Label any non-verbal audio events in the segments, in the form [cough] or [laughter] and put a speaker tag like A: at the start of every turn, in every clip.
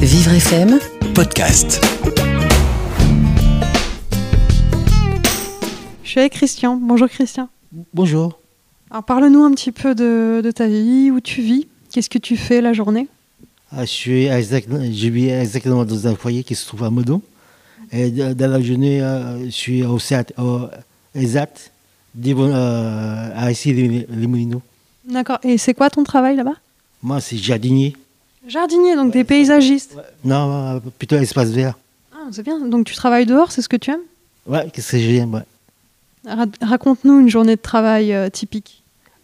A: Vivre FM,
B: Podcast.
C: Je suis avec Christian. Bonjour Christian.
D: Bonjour.
C: Alors parle-nous un petit peu de, de ta vie, où tu vis, qu'est-ce que tu fais la journée
D: Ah, Je, suis exact- je vis exactement dans un foyer qui se trouve à Meudon. Et de- dans la journée, euh, je suis au CEAT, au ESAT, Divon- euh, à ici les les Moulineaux.
C: D'accord. Et c'est quoi ton travail là-bas
D: Moi, c'est jardinier.
C: Jardinier, donc des paysagistes.
D: Non, euh, plutôt espace vert.
C: Ah, c'est bien. Donc tu travailles dehors, c'est ce que tu aimes
D: Ouais, qu'est-ce que j'aime ouais.
C: Ra- Raconte-nous une journée de travail euh, typique.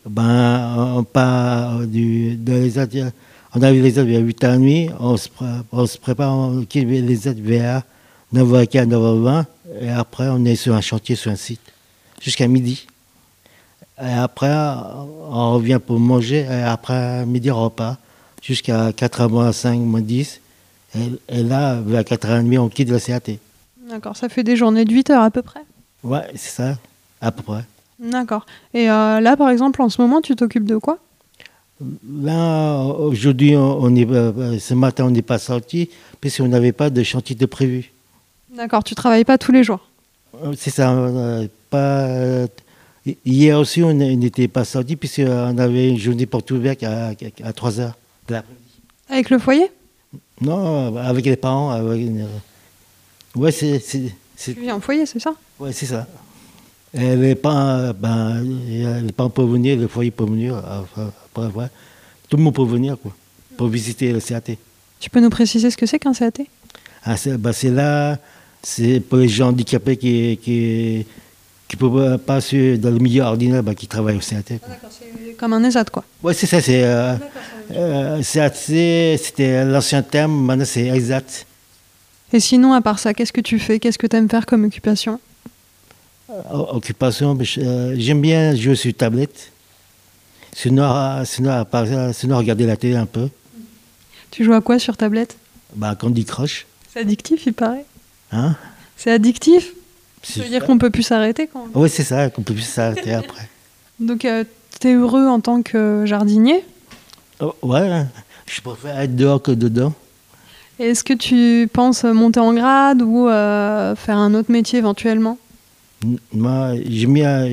D: Ben, on part du, de l'ESAT, euh, on arrive à l'ESAT vers 8h30, on se, pré- on se prépare, on quitte l'ESAT vers 9h15, 9h20, et après on est sur un chantier, sur un site, jusqu'à midi. Et après, on revient pour manger, et après midi, on repart, jusqu'à 4h05, moins 10. Et, et là, vers 4h30, on quitte la CAT.
C: D'accord, ça fait des journées de 8 heures à peu près.
D: Ouais, c'est ça, à peu près.
C: D'accord. Et euh, là, par exemple, en ce moment, tu t'occupes de quoi
D: Là, aujourd'hui, on on est, euh, ce matin, on n'est pas sorti puisqu'on n'avait pas de chantier de prévu.
C: D'accord, tu travailles pas tous les jours.
D: Euh, C'est ça, euh, pas. euh, hi- Hier aussi, on n- n'était pas sorti puisqu'on avait une journée porte ouverte à, à 3 heures. de l'après-midi.
C: Avec le foyer
D: Non, euh, avec les parents. Avec une, euh, ouais, c'est, c'est, c'est-
C: Tu vis en foyer, c'est ça
D: ouais, c'est ça. Et les parents, euh, ben, euh, les parents peuvent venir, le foyer peut venir, euh, après, ouais. tout le monde peut venir quoi, pour visiter le CAT.
C: Tu peux nous préciser ce que c'est qu'un CAT
D: Ah, c'est bah, c'est là, c'est pour les gens handicapés qui qui qui peuvent pas se dans le milieu ordinaire, bah, qui travaillent au CAT. quoi.
C: D'accord, c'est comme un E ESAT, quoi.
D: Ouais, c'est ça, c'est euh, euh, CAT, c'était l'ancien terme, maintenant c'est exact.
C: Et sinon, à part ça, qu'est-ce que tu fais Qu'est-ce que tu aimes faire comme occupation
D: Euh, Occupation, mais je- euh, j'aime bien jouer sur tablette. Sinon, euh, sinon, à part ça, sinon regarder la télé un peu,
C: Tu joues à quoi sur tablette
D: bah, Candy Crush,
C: C'est addictif, il paraît.
D: hein.
C: C'est addictif Ça
D: C'est- Oh.
C: veut dire qu'on peut plus s'arrêter quand
D: Ouais, c'est ça, qu'on peut plus s'arrêter après.
C: Donc, tu es heureux en tant que euh, jardinier.
D: Oh, ouais, je préfère être dehors que dedans.
C: Et Est-ce que tu penses euh, monter en grade ou euh, faire un autre métier éventuellement
D: N- Moi, j'ai mis à-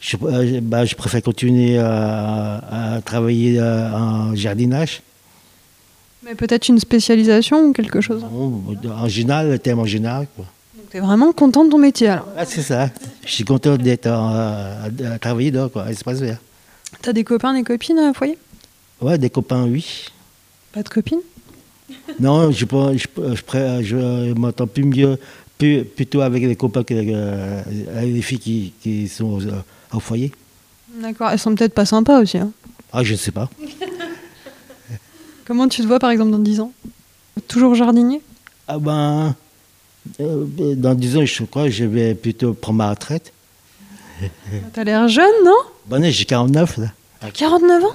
D: je, euh, bah, je préfère continuer à, à travailler euh, en jardinage.
C: Mais peut-être une spécialisation ou quelque chose
D: Bon, en général, le thème en général. quoi.
C: Donc, tu es vraiment content de ton métier alors
D: Ah, c'est ça. Je suis content d'être en- à, à travailler dehors, quoi, à l'espace vert.
C: Tu as des copains, des copines euh, au foyer
D: Ouais, des copains, oui.
C: Pas de copines
D: Non, je, prends- je, je, prends- je m'entends plus mieux, plus- plutôt avec les copains que euh, les filles qui, qui sont au, au foyer.
C: D'accord, elles sont peut-être pas sympas aussi. hein.
D: Ah, je ne sais pas.
C: Comment tu te vois par exemple dans 10 ans Toujours jardinier
D: Ah ben, euh, dans 10 ans, je crois, je vais plutôt prendre ma retraite.
C: T'as l'air jeune, non
D: Bonne année, j'ai 49 là.
C: T'as 49 ans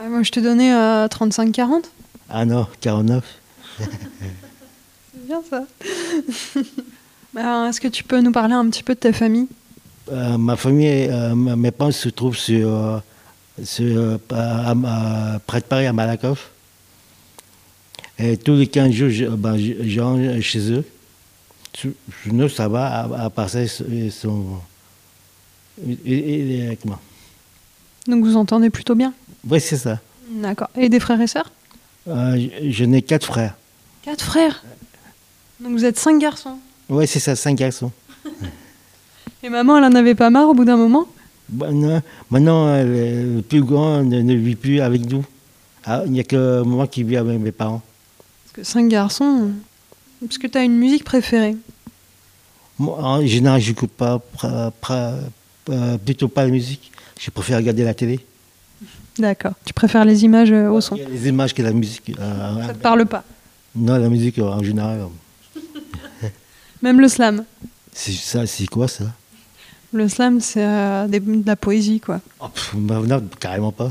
C: Ouais, Moi, je te donnais euh, 35-40.
D: Ah non, 49.
C: C'est bien ça. Bah, Est-ce que tu peux nous parler un petit peu de ta famille
D: Euh, ma famille, euh, m- mes parents se trouvent sur, euh, sur, euh, à- à- à- près de Paris, à Malakoff. Et tous les 15 jours, je, ben, je- je range chez eux. Sou- Sinon, ça va, à, à part ça, ils sont- ils sont. ils- ils- ils- comment
C: Donc, vous entendez plutôt bien.
D: Oui, c'est ça.
C: D'accord. Et des frères et sœurs
D: Euh, je je n'ai quatre frères.
C: Quatre frères Donc, vous êtes cinq garçons.
D: Oui, c'est ça, cinq garçons.
C: Et maman, elle en avait pas marre au bout d'un moment
D: Ben, euh, maintenant, euh, le, le plus grand ne, ne vit plus avec nous. Ah, Il n'y a que moi qui vis avec mes parents.
C: Parce que cinq garçons. euh, Parce que t'as une musique préférée.
D: Moi, en général, je n'écoute pas, pra- pra- euh, plutôt pas la musique. Je préfère regarder la télé.
C: D'accord. Tu préfères les images euh, au son
D: Il y a les images que la musique. euh,
C: Ça te parle pas.
D: non, la musique euh, en général. euh,
C: Même le slam.
D: C'est ça, c'est quoi ça
C: Le slam, c'est euh, des- de la poésie, quoi.
D: Oh, pff, bah, Non, carrément pas.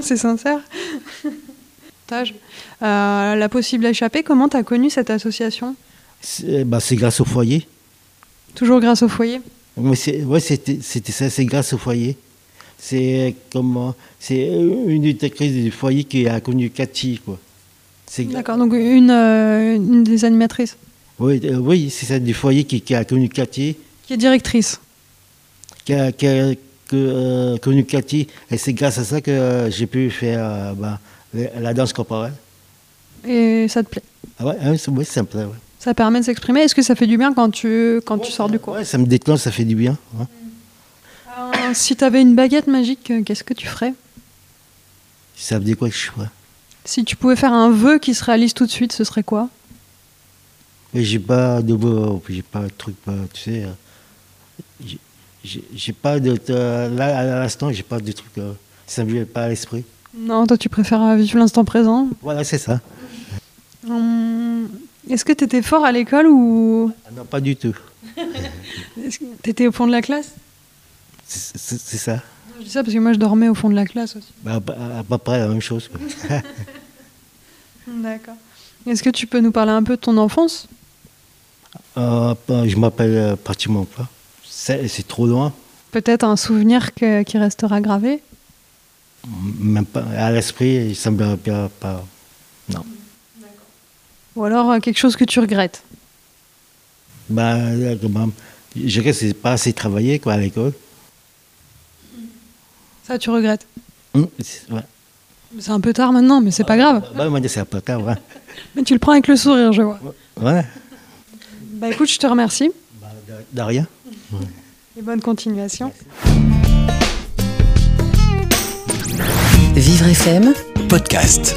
C: C'est sincère. Tâche. Euh, la possible échappée, comment t'as connu cette association
D: C'est bah, c'est grâce au foyer.
C: Toujours grâce au foyer
D: Oui, c'était c'était ça, c'est grâce au foyer. C'est euh, comment C'est euh, une directrice du foyer qui a connu Cathy, quoi. C'est-
C: D'accord, donc une, euh, une des animatrices
D: Oui, euh, oui c'est celle du foyer qui, qui a connu Cathy,
C: qui est directrice.
D: qui a, qui a- que, euh, connu Cathy, et c'est grâce à ça que euh, j'ai pu faire euh, ben, la la danse corporelle.
C: Et ça te plaît
D: Ah ouais, ah oui, c'est- oui, ça me plaît. ouais.
C: Ça permet de s'exprimer. Est-ce que ça fait du bien quand tu, quand tu sors du cours
D: Ouais, ça me détend, ça fait du bien. hein. ouais.
C: Euh, Si tu avais une baguette magique, euh, qu'est-ce que tu ferais
D: Ça me dit quoi que je sois.
C: Si tu pouvais faire un vœu qui se réalise tout de suite, ce serait quoi
D: Mais j'ai pas de beau- j'ai pas de truc, euh, tu sais. euh, j'ai- j'ai- J'ai pas de. euh, là, à l'instant, j'ai pas de truc. euh, ça me vient pas à l'esprit.
C: Non, toi tu préfères euh, vivre l'instant présent.
D: Voilà, c'est ça.
C: Hum, Est-ce que tu étais fort à l'école ou
D: Ah Non, pas du tout.
C: tu étais au fond de la classe
D: C'est c'est- c'est ça.
C: Je dis ça parce que moi je dormais au fond de la classe aussi.
D: Bah, à peu- à peu près la même chose. quoi. [laughs]
C: D'accord. Est-ce que tu peux nous parler un peu de ton enfance
D: Euh, bah, je m'appelle euh, pratiquement pas. C'est c'est trop loin.
C: Peut-être un souvenir que- qui restera gravé
D: Même pas à l'esprit, ça me vient pas. Non.
C: Ou alors euh, quelque chose que tu regrettes
D: Bah, là, comment- je dirais que c'est pas assez travaillé quoi, à l'école.
C: Ça, tu regrettes
D: Hum, c'est- ouais.
C: C'est un peu tard maintenant, mais c'est pas grave.
D: Bah, moi, c'est un peu tard. Ouais.
C: Mais tu le prends avec le sourire, je vois.
D: Ouais.
C: Bah écoute, je te remercie
D: Bah, de- de rien.
C: et bonne continuation.
A: Vivre FM.
B: podcast.